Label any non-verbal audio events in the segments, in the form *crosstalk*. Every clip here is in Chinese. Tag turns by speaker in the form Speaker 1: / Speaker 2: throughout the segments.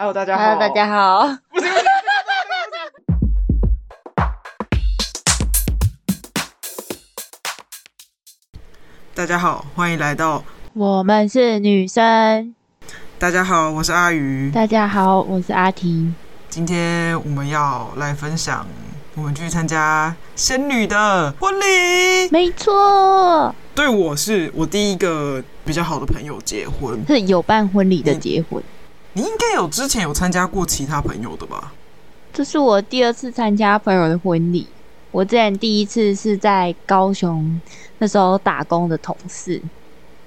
Speaker 1: Hello，大家好。
Speaker 2: Hello，大家好。
Speaker 1: 大家好，欢迎来到。
Speaker 2: 我们是女生。
Speaker 1: 大家好，我是阿鱼。
Speaker 2: 大家好，我是阿婷。
Speaker 1: 今天我们要来分享我们去参加仙女的婚礼。
Speaker 2: 没错，
Speaker 1: 对我是我第一个比较好的朋友结婚。
Speaker 2: 是有办婚礼的结婚。
Speaker 1: 你应该有之前有参加过其他朋友的吧？
Speaker 2: 这是我第二次参加朋友的婚礼。我之前第一次是在高雄，那时候打工的同事。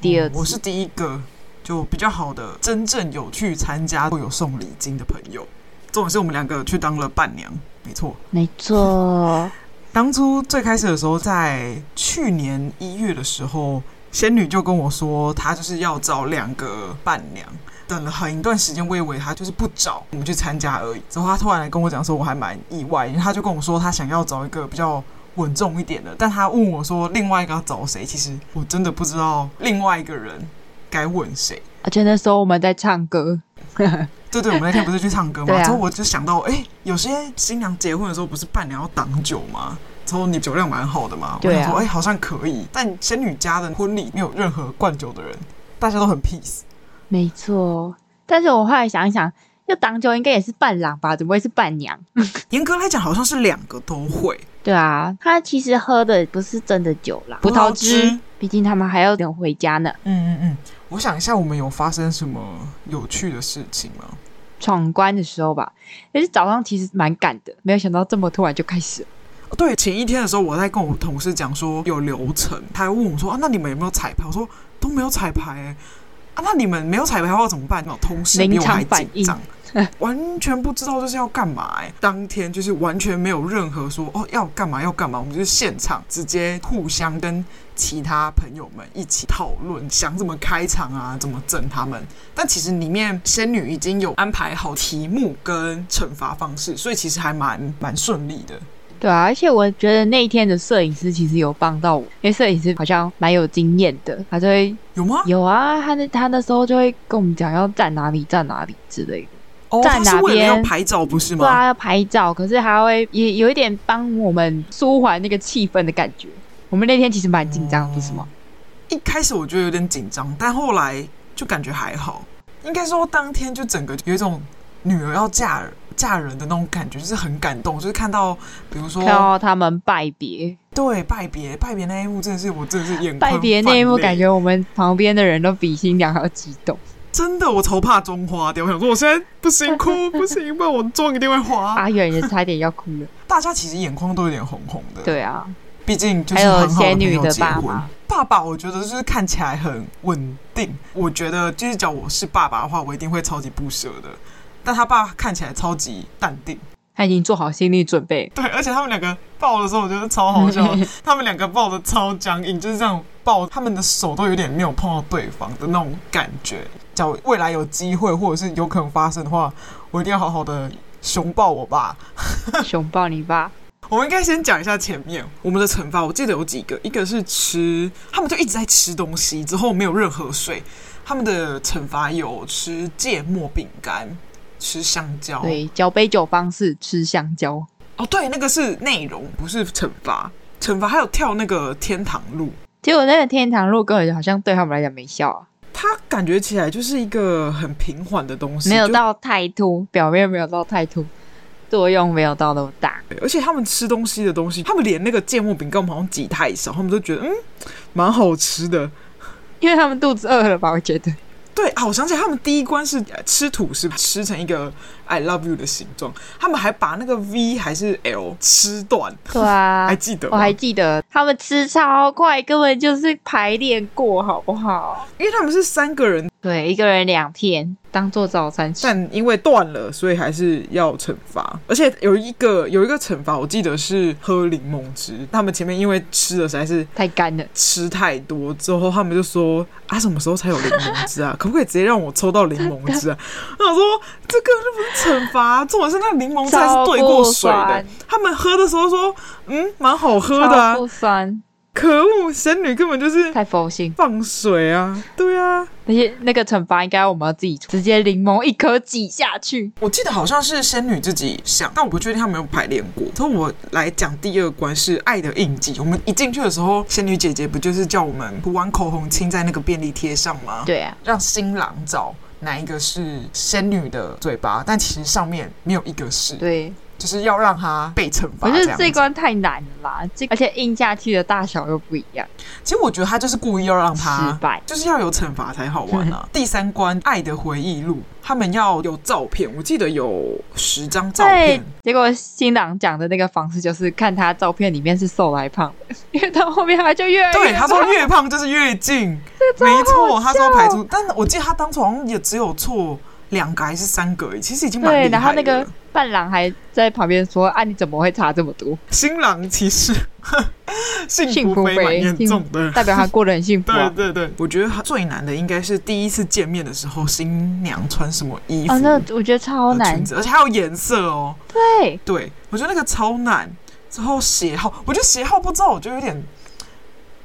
Speaker 2: 第二
Speaker 1: 嗯我是
Speaker 2: 次，
Speaker 1: 第一个就比较好的，真正有去参加过有送礼金的朋友。重点是我们两个去当了伴娘，没错。
Speaker 2: 没错，
Speaker 1: 当初最开始的时候，在去年一月的时候，仙女就跟我说，她就是要找两个伴娘。等了很一段时间，我以为她就是不找我们去参加而已。之后她突然来跟我讲说，我还蛮意外，因为她就跟我说她想要找一个比较稳重一点的，但她问我说另外一个要找谁，其实我真的不知道另外一个人该问谁。
Speaker 2: *laughs* 而且那时候我们在唱歌。
Speaker 1: 对对，我们那天不是去唱歌
Speaker 2: 对
Speaker 1: 吗？
Speaker 2: 啊
Speaker 1: 之后我就想到，哎、有些新娘结婚的时候不是伴娘要挡酒吗？之后你酒量蛮好的嘛，
Speaker 2: 对啊
Speaker 1: 我想说，哎、好像可以。但仙女家的婚礼没有任何灌酒的人，大家都很 peace。
Speaker 2: 没错，但是我后来想一想，要挡酒应该也是伴郎吧？怎么会是伴娘？
Speaker 1: 严格来讲，好像是两个都会。
Speaker 2: 对啊，他其实喝的不是真的酒啦，
Speaker 1: 葡萄汁，
Speaker 2: 毕竟他们还要等回家呢。
Speaker 1: 嗯嗯嗯，我想一下，我们有发生什么有趣的事情吗？
Speaker 2: 闯关的时候吧，但是早上其实蛮赶的，没有想到这么突然就开始了。
Speaker 1: 对，前一天的时候，我在跟我同事讲说有流程，他还问我说啊，那你们有没有彩排？我说都没有彩排、欸，啊，那你们没有彩排的话怎么办？那同事比我还紧张，完全不知道就是要干嘛、欸。当天就是完全没有任何说哦要干嘛要干嘛，我们就是现场直接互相跟其他朋友们一起讨论，想怎么开场啊，怎么整他们。但其实里面仙女已经有安排好题目跟惩罚方式，所以其实还蛮蛮顺利的。
Speaker 2: 对啊，而且我觉得那一天的摄影师其实有帮到我，因为摄影师好像蛮有经验的，他就会
Speaker 1: 有吗？
Speaker 2: 有啊，他那他那时候就会跟我们讲要站哪里站哪里之类的。
Speaker 1: 哦，
Speaker 2: 在
Speaker 1: 他
Speaker 2: 哪
Speaker 1: 是为了
Speaker 2: 边
Speaker 1: 要拍照不是
Speaker 2: 对
Speaker 1: 吗？
Speaker 2: 啊，要拍照，可是还会也有一点帮我们舒缓那个气氛的感觉。我们那天其实蛮紧
Speaker 1: 哦
Speaker 2: 张的，不是吗？
Speaker 1: 一开始我觉得有点紧张，但后来就感觉还好。应该说当天就整个有一种女儿要嫁嫁人的那种感觉，就是很感动，就是看到比如说
Speaker 2: 看到他们拜别，
Speaker 1: 对拜别拜别那一幕，真的是我真的是眼眶
Speaker 2: 拜别那一幕，
Speaker 1: 泛泪
Speaker 2: 感觉我们旁边的人都比新娘还要激动
Speaker 1: 真的我头怕妆花掉，我想说我现在不行
Speaker 2: *laughs*
Speaker 1: 哭不行，不然我妆一定会花。
Speaker 2: 阿远也差点要哭了。
Speaker 1: 大家其实眼眶都有点红红的，
Speaker 2: 对啊，
Speaker 1: 毕竟就是
Speaker 2: 还有
Speaker 1: 很好
Speaker 2: 仙
Speaker 1: 朋
Speaker 2: 女
Speaker 1: 友
Speaker 2: 的
Speaker 1: 结
Speaker 2: 爸
Speaker 1: 婚
Speaker 2: 爸。，
Speaker 1: 爸爸，我觉得就是看起来很稳定。我觉得就是讲我是爸爸的话，我一定会超级不舍的。但他爸看起来超级淡定，
Speaker 2: 他已经做好心理准
Speaker 1: *laughs*
Speaker 2: 备。
Speaker 1: 对，而且他们两个抱的时候，我觉得超好笑
Speaker 2: *laughs*
Speaker 1: 的。他们两个抱的超僵硬，就是这样抱，他们的手都有点没有碰到对方的那种感觉。假如未来有机会，或者是有可能发生的话，我一定要好好的熊抱我爸。
Speaker 2: 熊抱你吧，
Speaker 1: 我们应该先讲一下前面我们的惩罚，我记得有几个，一个是吃，他们就一直在吃东西，之后没有任何睡。他们的惩罚有吃芥末饼干、吃香蕉。
Speaker 2: 对，交杯酒方式吃香蕉，
Speaker 1: 哦，对，那个是内容，不是惩罚。惩罚还有跳那个天堂路，
Speaker 2: 结果那个天堂路根本就好像对他们来讲没效啊，
Speaker 1: 它感觉起来就是一个很平缓的东西，
Speaker 2: 没有
Speaker 1: 就
Speaker 2: 到太突，表面没有到太突，作用没有到那么大。
Speaker 1: 对而且他们吃东西的东西，他们连那个芥末饼干我们好像挤太少，他们都觉得嗯，蛮好吃的。
Speaker 2: 因为他们肚子饿了吧？我觉得
Speaker 1: 对啊，我想起来，他们第一关是呃吃土司，吃成一个 I love you 的形状，他们还把那个 V 还是 L 吃断，
Speaker 2: 对啊
Speaker 1: 还记得
Speaker 2: 我
Speaker 1: 吗？
Speaker 2: 还记得他们吃超快，根本就是排练过，好不好？
Speaker 1: 因为他们是三个人，
Speaker 2: 对，一个人两片当做早餐吃。
Speaker 1: 但因为断了，所以还是要惩罚。而且有一个有一个惩罚，我记得是喝柠檬汁，他们前面因为吃的实在是
Speaker 2: 太干了，
Speaker 1: 吃太多之后，他们就说啊，什么时候才有柠檬汁啊？可不可以直接让我抽到柠檬汁啊？我想说这个就不是惩罚，重点是那柠檬汁还是兑过水
Speaker 2: 超不
Speaker 1: 的
Speaker 2: 酸。
Speaker 1: 他们喝的时候说，嗯，蛮好喝的、啊
Speaker 2: 超。不酸。
Speaker 1: 可恶，神女根本就是
Speaker 2: 太佛性，
Speaker 1: 放水啊！对啊，
Speaker 2: 那些那个惩罚应该我们要自己出直接柠檬一颗挤下去。
Speaker 1: 我记得好像是仙女自己想，但我不确定她没有排练过。所以我来讲第二关是爱的印记。我们一进去的时候，仙女姐姐不就是叫我们涂完口红亲在那个便利贴上吗？
Speaker 2: 对啊，
Speaker 1: 让新郎找哪一个是仙女的嘴巴，但其实上面没有一个是。
Speaker 2: 对。
Speaker 1: 就是要让他被惩罚。
Speaker 2: 可是
Speaker 1: 这
Speaker 2: 一关太难了啦，这而且印下去的大小又不一样。
Speaker 1: 其实我觉得他就是故意要让他
Speaker 2: 失败，
Speaker 1: 就是要有惩罚才好玩啊。第三关《爱的回忆录》，他们要有照片，我记得有十张照片。
Speaker 2: 结果新郎讲的那个方式就是看他照片里面是瘦还胖的， *laughs* 因为到后面他就越
Speaker 1: 对他说越胖就是越近，
Speaker 2: 这
Speaker 1: 没错，他说排除，但我记得他当初好像也只有错。两个还是三个？其实已经蛮
Speaker 2: 对，然后那个伴郎还在旁边说：“啊，你怎么会差这
Speaker 1: *laughs*
Speaker 2: 么多？”
Speaker 1: 新郎其实 *laughs*
Speaker 2: 幸
Speaker 1: 福非严重的，
Speaker 2: 代表他过得很幸福、
Speaker 1: 啊。 *laughs* 对对对，我觉得最难的应该是第一次见面的时候，新娘穿什么衣服？
Speaker 2: 哦，那我觉得超难，
Speaker 1: 而且还有颜色哦。
Speaker 2: 对
Speaker 1: 对，我觉得那个超难。之后鞋号，我觉得鞋号不知道，我就有点。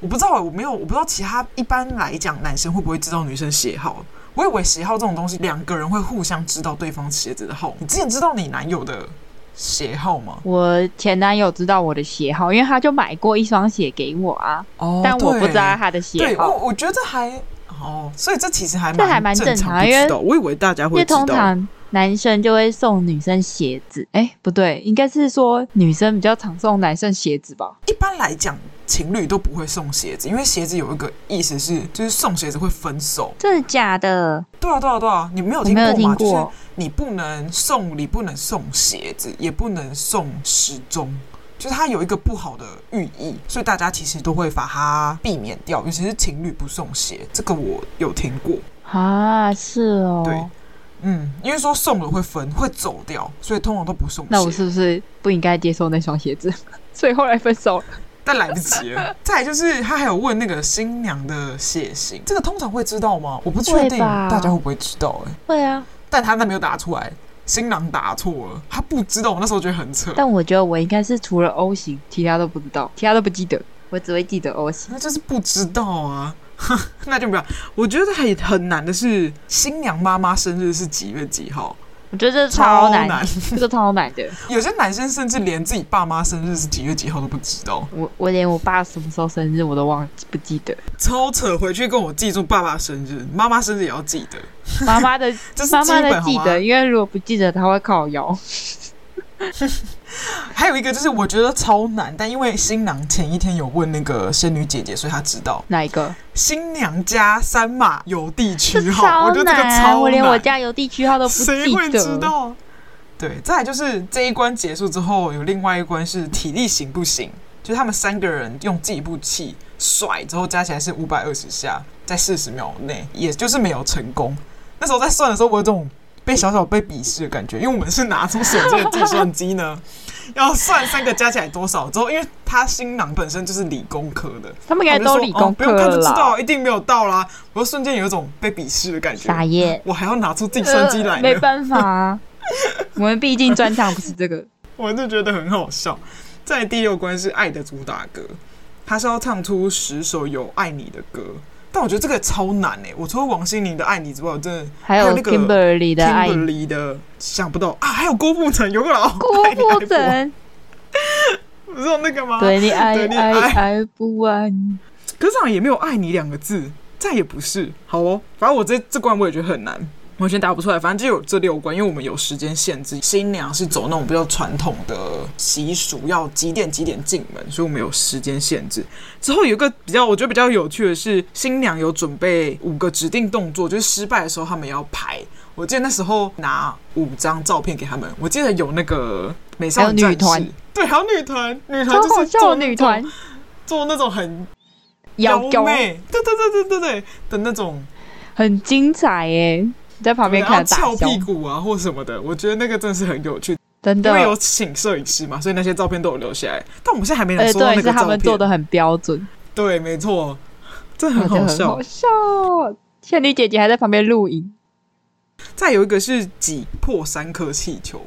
Speaker 1: 我不知道，我没有，我不知道其他一般来讲，男生会不会知道女生鞋号？我以为鞋号这种东西，两个人会互相知道对方鞋子的号。你之前知道你男友的鞋号吗？
Speaker 2: 我前男友知道我的鞋号，因为他就买过一双鞋给我啊。
Speaker 1: 哦，
Speaker 2: 但我不知道啊他的鞋
Speaker 1: 号。对，
Speaker 2: 我
Speaker 1: 我觉得这还哦，所以这其实还
Speaker 2: 这还蛮
Speaker 1: 正
Speaker 2: 常，因为
Speaker 1: 我以为大家会
Speaker 2: 知道。因为通常男生就会送女生鞋子，哎，不对，应该是说女生比较常送男生鞋子吧。
Speaker 1: 一般来讲。情侣都不会送鞋子，因为鞋子有一个意思是，就是送鞋子会分手。
Speaker 2: 真的假的？
Speaker 1: 对啊，对啊，对啊，你没有
Speaker 2: 听过吗？
Speaker 1: 過就是你不能送，你不能送鞋子，也不能送时钟，就是它有一个不好的寓意，所以大家其实都会把它避免掉，尤其是情侣不送鞋，这个我有听过
Speaker 2: 啊，是哦，
Speaker 1: 对。嗯，因为说送了会分会走掉，所以通常都不送。
Speaker 2: 那我是不是不应该接受那双鞋子？ *laughs* 所以后来分手了。
Speaker 1: 但来不及了。再就是他还有问那个新娘的血型，这个通常会知道吗？我不确定大家会不会知道、欸。哎，
Speaker 2: 会啊。
Speaker 1: 但他那没有答出来，新郎答错了，他不知道。我那时候觉得很扯。
Speaker 2: 但我觉得我应该是除了 O 型，其他都不知道，其他都不记得，我只会记得 O 型。
Speaker 1: 那就是不知道啊， *laughs* 那就没有。我觉得很很难的是，新娘妈妈生日是几月几号？
Speaker 2: 我觉得这超
Speaker 1: 难，超
Speaker 2: 難 *laughs* 这个超难的。
Speaker 1: 有些男生甚至连自己爸妈生日是几月几号都不知道。
Speaker 2: 我我连我爸什么时候生日我都忘不记
Speaker 1: *laughs*
Speaker 2: 得，
Speaker 1: 超扯！回去跟我记住爸爸生日，妈妈生日也要记得。
Speaker 2: 妈妈的，妈妈的记得，
Speaker 1: 好
Speaker 2: 因为如果不记得他会靠腰。
Speaker 1: 还有一个就是我觉得超难，但因为新郎前一天有问那个仙女姐姐，所以她知道
Speaker 2: 哪一个
Speaker 1: 新娘家三马邮地区
Speaker 2: 号。
Speaker 1: 我觉得这个超难，
Speaker 2: 我连我家邮地区号都不记得。
Speaker 1: 谁会知道？对，再来就是这一关结束之后，有另外一关是体力行不行？就是他们三个人用计步器甩之后加起来是五百二十下，在四十秒内，也就是没有成功。那时候在算的时候，我有种。被小小被鄙视的感觉，因为我们是拿出手机的计算机呢，要算三个加起来多少之后，因为他新郎本身就是理工科的，
Speaker 2: 他们应该都理工
Speaker 1: 哦、
Speaker 2: 科、
Speaker 1: 不用看就知道，一定没有到啦。我瞬间有一种被鄙视的感觉，
Speaker 2: 傻
Speaker 1: *laughs*
Speaker 2: 耶！
Speaker 1: 我还要拿出计算机来、呃，
Speaker 2: 没办法、啊，我们毕竟专长不是这个。
Speaker 1: *laughs* 我就觉得很好笑。在第六关是爱的主打歌，他是要唱出十首有爱你的歌。但我觉得这个超难哎、欸！我除了王心凌的《爱你》之外，我真的
Speaker 2: 还
Speaker 1: 有那个
Speaker 2: Kimberly 的《爱你》
Speaker 1: 的，想不到啊！还有郭富城，有个老
Speaker 2: 郭富城，
Speaker 1: *laughs* 不是有那个吗？
Speaker 2: 对你爱爱爱不完，
Speaker 1: 可是好像也没有“爱你”两个字，再也不是。好哦，反正我这这关我也觉得很难，完全答不出来。反正就有这六关，因为我们有时间限制，新娘是走那种比较传统的习俗，要几点几点进门，所以我们有时间限制。之后有一个比较，我觉得比较有趣的是，新娘有准备五个指定动作，就是失败的时候他们也要排。我记得那时候拿五张照片给他们，我记得有那个美少女
Speaker 2: 女团，
Speaker 1: 对，还有女团，女团就是
Speaker 2: 做女团，
Speaker 1: 做那种很
Speaker 2: 妖
Speaker 1: 媚，对对对对对对的那种，
Speaker 2: 很精彩耶！你在旁边看
Speaker 1: 翘屁股啊或什么的，我觉得那个真的是很有趣。
Speaker 2: 真的，
Speaker 1: 因为有请摄影师嘛，所以那些照片都有留下来。但我们现在还没能说到那个照片。
Speaker 2: 呃是他们做的很标准。
Speaker 1: 对，没错，这很好笑。
Speaker 2: 好笑，倩女姐姐还在旁边录影。
Speaker 1: 再有一个是挤破三颗气球，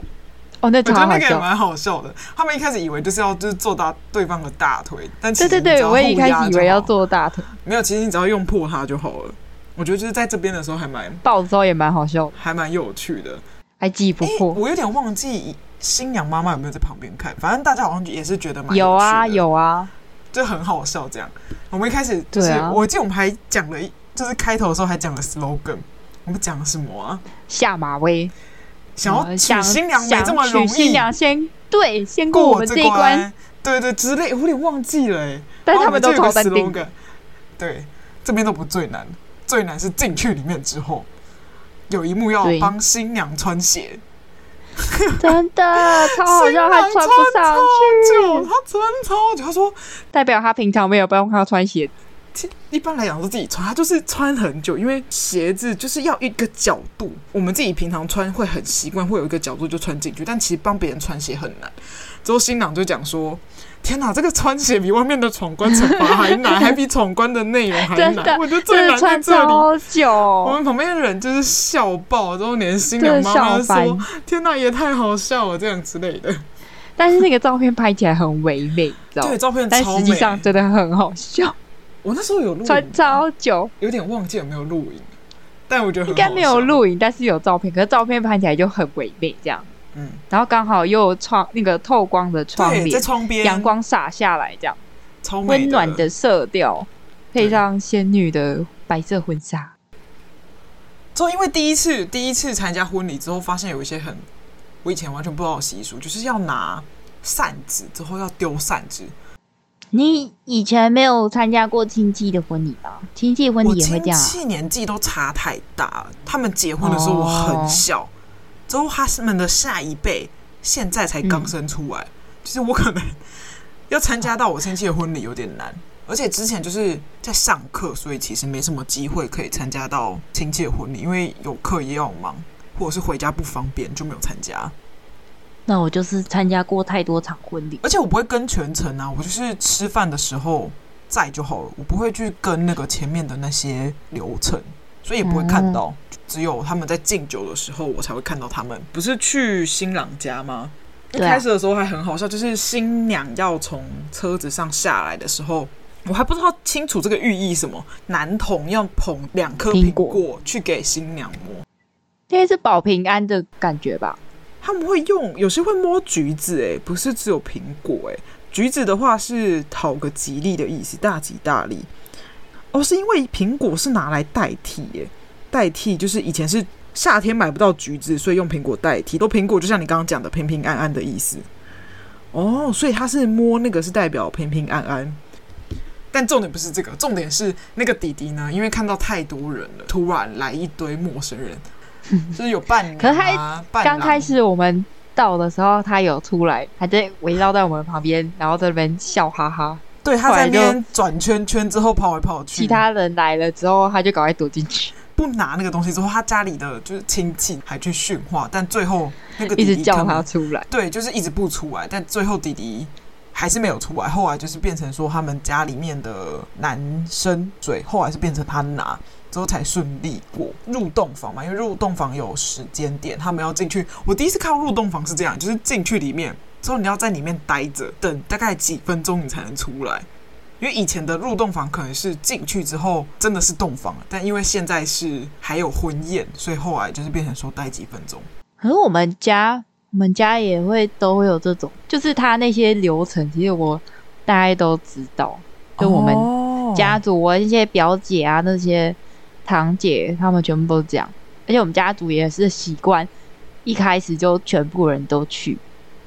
Speaker 2: 哦，那
Speaker 1: 我觉得
Speaker 2: 超好
Speaker 1: 那个也
Speaker 2: 笑。
Speaker 1: 蛮好笑的。他们一开始以为就是要就是坐到对方的大腿，但其
Speaker 2: 对
Speaker 1: 实
Speaker 2: 对
Speaker 1: 你只
Speaker 2: 对，
Speaker 1: 要
Speaker 2: 我也一
Speaker 1: 互
Speaker 2: 开
Speaker 1: 压
Speaker 2: 始以
Speaker 1: 就
Speaker 2: 为要
Speaker 1: 好
Speaker 2: 做大腿，
Speaker 1: 没有，其实你只要用破它就好了。我觉得就是在这边的时候还蛮
Speaker 2: 抱的时候也蛮好笑的，
Speaker 1: 还蛮有趣的。
Speaker 2: 还挤不
Speaker 1: 诶
Speaker 2: 破。
Speaker 1: 我有点忘记新娘妈妈有没有在旁边看，反正大家好像也是觉得蛮
Speaker 2: 有啊
Speaker 1: 趣的，
Speaker 2: 有啊，
Speaker 1: 就很好笑这样。我们一开始就是，
Speaker 2: 对啊
Speaker 1: 我记得我们还讲了一，就是开头的时候还讲了 slogan，我们讲了什么啊？
Speaker 2: 下马威。
Speaker 1: 想要
Speaker 2: 呃
Speaker 1: 娶新娘没这么
Speaker 2: 想
Speaker 1: 容
Speaker 2: 娶新
Speaker 1: 易，
Speaker 2: 娘先对先
Speaker 1: 过
Speaker 2: 过我们
Speaker 1: 这
Speaker 2: 这一关，，
Speaker 1: 对对之类，我有点忘记了、欸。
Speaker 2: 但
Speaker 1: 然后
Speaker 2: 他
Speaker 1: 我
Speaker 2: 们都
Speaker 1: 就有
Speaker 2: 超
Speaker 1: 个
Speaker 2: 淡定。
Speaker 1: slogan，对，这边都不最难，最难是进去里面之后，有一幕要
Speaker 2: 对
Speaker 1: 帮新娘穿鞋，
Speaker 2: 真的超好
Speaker 1: 新
Speaker 2: 笑，
Speaker 1: 娘
Speaker 2: 他穿不上
Speaker 1: 超久，
Speaker 2: 去，
Speaker 1: 她穿超久，她说
Speaker 2: 代表他平常没有帮他穿鞋子。
Speaker 1: 其一般来讲是自己穿，她就是穿很久，因为鞋子就是要一个角度，我们自己平常穿会很习惯，会有一个角度就穿进去，但其实帮别人穿鞋很难。之后新郎就讲说。天哪，这个穿鞋比外面的闯关惩罚还难，还比闯关的内容还
Speaker 2: 真的
Speaker 1: 难。我觉得最
Speaker 2: 真
Speaker 1: 难
Speaker 2: 的
Speaker 1: 在
Speaker 2: 穿
Speaker 1: 这里。
Speaker 2: 超
Speaker 1: 我
Speaker 2: 久，
Speaker 1: 们旁边的人就是笑爆，之后连新娘
Speaker 2: 真的
Speaker 1: 妈妈
Speaker 2: 笑
Speaker 1: 都
Speaker 2: 翻
Speaker 1: 说。：“天哪，也太好笑了，这样之类的。
Speaker 2: 但是那个照片拍起来很唯美，你知”道吗
Speaker 1: 对，？照片
Speaker 2: 但
Speaker 1: 超
Speaker 2: 实际
Speaker 1: 美。嗯
Speaker 2: 上真的很好笑，
Speaker 1: 我那时候有录
Speaker 2: 穿
Speaker 1: 影，
Speaker 2: 超久，
Speaker 1: 有点忘记有没有录影，但我觉得很好
Speaker 2: 应
Speaker 1: 笑
Speaker 2: 该没有。录影，但是有照片，可是照片拍起来就很唯美这样。
Speaker 1: 嗯，
Speaker 2: 然后刚好又有窗那个透光的窗
Speaker 1: 对，在
Speaker 2: 帘，
Speaker 1: 窗边，
Speaker 2: 阳光洒下来这样。
Speaker 1: 超美
Speaker 2: 温暖的色调，
Speaker 1: 对
Speaker 2: 配上仙女的白色婚纱，
Speaker 1: 之后因为第一次第一次参加婚礼之后，发现有一些很我以前完全不知道的习俗，就是要拿扇子之后要丢扇子。
Speaker 2: 你以前没有参加过亲戚的婚礼吧？亲戚婚
Speaker 1: 我
Speaker 2: 礼也会
Speaker 1: 亲
Speaker 2: 这样、啊，
Speaker 1: 戚年纪都差太大了，他们结婚的时候我
Speaker 2: 哦
Speaker 1: 很小，之后他们的下一辈现在才刚
Speaker 2: 嗯
Speaker 1: 生出来，就是我可能要参加到我亲戚的婚礼有点难，而且之前就是在上课，所以其实没什么机会可以参加到亲戚的婚礼，因为有课也要忙，或者是回家不方便就没有参加。
Speaker 2: 那我就是参加过太多场婚礼，
Speaker 1: 而且我不会跟全程啊，我就是吃饭的时候在就好了，我不会去跟那个前面的那些流程，所以也不会
Speaker 2: 嗯
Speaker 1: 看到。只有他们在敬酒的时候，我才会看到他们。不是去新郎家吗？一
Speaker 2: 对啊
Speaker 1: 开始的时候还很好笑，就是新娘要从车子上下来的时候，我还不知道清楚这个寓意什么。男童要捧两颗苹
Speaker 2: 苹
Speaker 1: 果去给新娘摸，
Speaker 2: 应该是保平安的感觉吧？
Speaker 1: 他们会用，有些会摸橘子、欸，不是只有苹果、欸，橘子的话是讨个吉利的意思，大吉大利。哦，是因为苹果是拿来代替、欸，代替就是以前是夏天买不到橘子，所以用苹果代替。都苹果就像你刚刚讲的平平安安的意思。哦，所以他是摸那个是代表平平安安。但重点不是这个，重点是那个弟弟呢，因为看到太多人了，突然来一堆陌生
Speaker 2: *laughs*
Speaker 1: 人，就是有伴娘、啊，
Speaker 2: 可是他
Speaker 1: 伴
Speaker 2: 刚开
Speaker 1: 郎
Speaker 2: 始我们到的时候，他有出来，还在围绕在我们旁边，然后在那边笑哈哈。
Speaker 1: 对，他
Speaker 2: 后
Speaker 1: 在
Speaker 2: 来
Speaker 1: 那边转圈圈之后跑来跑去，
Speaker 2: 其他人来了之后，他就赶快躲进去，
Speaker 1: 不拿那个东西之后，他家里的就是亲戚还去训话，但最后那个弟
Speaker 2: *laughs* 一
Speaker 1: 弟
Speaker 2: 直叫
Speaker 1: 可能
Speaker 2: 他，出来。
Speaker 1: 对，就是一直不出来，但最后弟弟还是没有出来，后来就是变成说他们家里面的男生嘴，后来是变成他拿。之后才顺利过入洞房嘛，因为入洞房有时间点，他们要进去。我第一次看到入洞房是这样，就是进去里面之后，你要在里面待着，等大概几分钟你才能出来。因为以前的入洞房可能是进去之后真的是洞房了，但因为现在是还有婚宴，所以后来就是变成说待几分钟。
Speaker 2: 可是我们家，我们家也会都会有这种，就是他那些流程，其实我大概都知道。就我们
Speaker 1: 们
Speaker 2: 家族，我一些表姐啊，那些堂姐，他们全部都这样。而且我们家族也是习惯，一开始就全部人都去，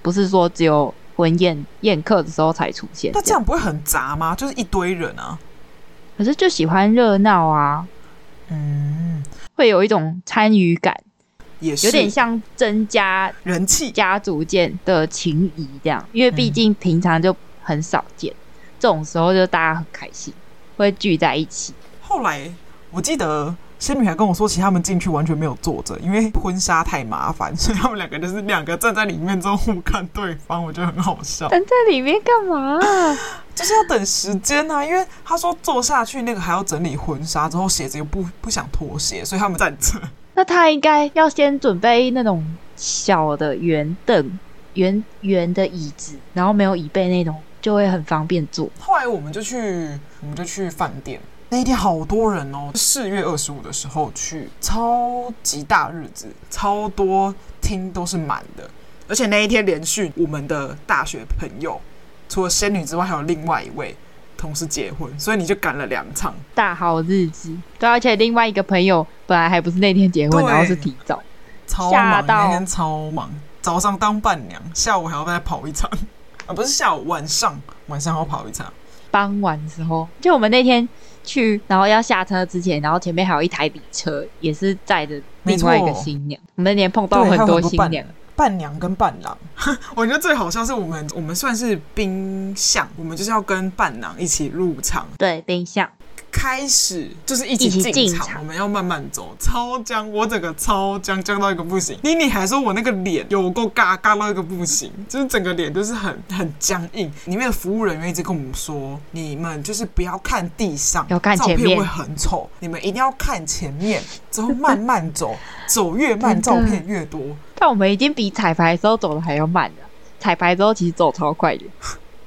Speaker 2: 不是说只有婚宴宴客的时候才出现
Speaker 1: 那
Speaker 2: 这
Speaker 1: 这
Speaker 2: 样。
Speaker 1: 样不会很杂吗？就是一堆人啊。
Speaker 2: 可是就喜欢热闹啊，
Speaker 1: 嗯，
Speaker 2: 会有一种参与感，
Speaker 1: 也是
Speaker 2: 有点像增加
Speaker 1: 人气。
Speaker 2: 家族间的情谊这样，因为毕竟平常就很少见，这种时候就大家很开心，会聚在一起。
Speaker 1: 后来我记得仙女还跟我说，其实他们进去完全没有坐着，因为婚纱太麻烦， *laughs* 所以他们两个就是两个站在里面之后互看对方，我觉得很好笑。
Speaker 2: 但在里面干嘛、啊 *coughs*
Speaker 1: 就是要等时间啊，因为他说坐下去那个还要整理婚纱，之后鞋子又不不想脱鞋，所以他们站着。
Speaker 2: 那他应该要先准备那种小的圆凳、圆圆的椅子，然后没有椅背那种，就会很方便坐。
Speaker 1: 后来我们就去，我们就去饭店。那一天好多人哦，四月二十五的时候去，超级大日子，超多厅都是满的，而且那一天连续我们的大学朋友，除了仙女之外，还有另外一位同时结婚，所以你就赶了两场。
Speaker 2: 大好日子，对，而且另外一个朋友本来还不是那天结婚，
Speaker 1: 对
Speaker 2: 然后是提早，
Speaker 1: 超
Speaker 2: 吓
Speaker 1: 忙，
Speaker 2: 到
Speaker 1: 那天超忙，早上当伴娘，下午还要再跑一场，啊，不是下午，晚上，晚上还要跑一场，
Speaker 2: 傍晚的时候，就我们那天去，然后要下车之前，然后前面还有一台礼车，也是载着另外一
Speaker 1: 没
Speaker 2: 个
Speaker 1: 错
Speaker 2: 新娘。我们那天碰到
Speaker 1: 对还有
Speaker 2: 多
Speaker 1: 很多
Speaker 2: 新
Speaker 1: 伴
Speaker 2: 娘，
Speaker 1: 伴娘跟伴郎。 *laughs* 我觉得最好笑是我们，我们算是宾相，我们就是要跟伴郎一起入场，
Speaker 2: 对，冰箱
Speaker 1: 开始就是一
Speaker 2: 一起
Speaker 1: 起进
Speaker 2: 进
Speaker 1: 场，
Speaker 2: 场
Speaker 1: 我们要慢慢走，超僵，我整个超僵，僵到一个不行。妮妮还说我那个脸有够尬，尬到一个不行，就是整个脸就是很很僵硬。里面的服务人员一直跟我们说，你们就是不要看地上，
Speaker 2: 要看
Speaker 1: 照
Speaker 2: 前
Speaker 1: 片
Speaker 2: 面
Speaker 1: 会很丑，你们一定要看前面，之后慢慢走，走越慢，照
Speaker 2: 真的
Speaker 1: 片越多。
Speaker 2: 但我们已经比彩排的时候走的还要慢了。彩排之后其实走超快的，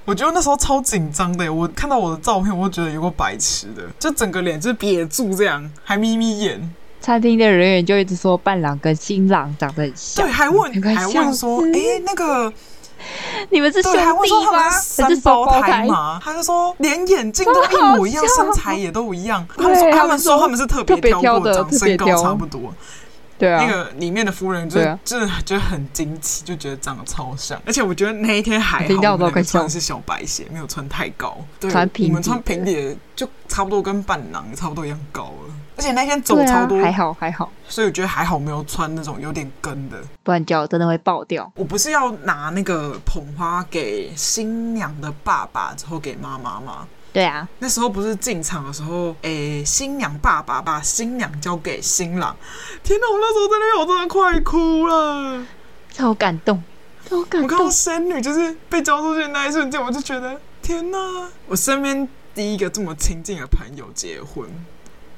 Speaker 1: 我觉得那时候超紧张的耶，我看到我的照片，我就觉得有个白痴的，就整个脸就是瘪住这样，还眯眯眼，
Speaker 2: 餐厅的人员就一直说伴郎跟新郎长得很像
Speaker 1: 对，，还问
Speaker 2: 很快
Speaker 1: 还问
Speaker 2: 笑
Speaker 1: 说，
Speaker 2: 死
Speaker 1: 哎、那个
Speaker 2: 你们是兄
Speaker 1: 对，还问
Speaker 2: 弟
Speaker 1: 说他
Speaker 2: 吗？
Speaker 1: 们
Speaker 2: 还
Speaker 1: 三
Speaker 2: 是双
Speaker 1: 胞胎
Speaker 2: 胎？
Speaker 1: 嘛，他就说连眼睛都一模一样，身材也都一样，他们
Speaker 2: 对
Speaker 1: 说
Speaker 2: 他
Speaker 1: 他
Speaker 2: 们
Speaker 1: 们说
Speaker 2: 说
Speaker 1: 他们是特
Speaker 2: 特别
Speaker 1: 别
Speaker 2: 挑
Speaker 1: 挑过
Speaker 2: 的
Speaker 1: 长，
Speaker 2: 特
Speaker 1: 身
Speaker 2: 别
Speaker 1: 高
Speaker 2: 挑
Speaker 1: 差不多，
Speaker 2: 对啊，
Speaker 1: 那个里面的夫人就
Speaker 2: 对
Speaker 1: 是、
Speaker 2: 啊
Speaker 1: 真的觉得很惊奇，就觉得长得超像，而且我觉得那一天还好，
Speaker 2: 听到
Speaker 1: 我
Speaker 2: 都
Speaker 1: 们两
Speaker 2: 快
Speaker 1: 个
Speaker 2: 笑
Speaker 1: 穿的是小白鞋，没有穿太高，对，
Speaker 2: 穿平
Speaker 1: 我们
Speaker 2: 底
Speaker 1: 穿
Speaker 2: 的
Speaker 1: 平底的就差不多跟伴郎差不多一样高了，而且那天走
Speaker 2: 对
Speaker 1: 超
Speaker 2: 啊
Speaker 1: 多，，
Speaker 2: 还好还好，
Speaker 1: 所以我觉得还好没有穿那种有点跟的。
Speaker 2: 不然脚真的会爆掉。
Speaker 1: 我不是要拿那个捧花给新娘的爸爸，之后给妈妈吗？
Speaker 2: 对啊，
Speaker 1: 那时候不是进场的时候，诶、新娘爸爸把新娘交给新郎。天哪，我那时候在那边，我真的快哭了。
Speaker 2: 超感动，超感
Speaker 1: 我看到
Speaker 2: 动。
Speaker 1: 仙女就是被交出去的那一瞬间，我就觉得天哪！我身边第一个这么亲近的朋友结婚，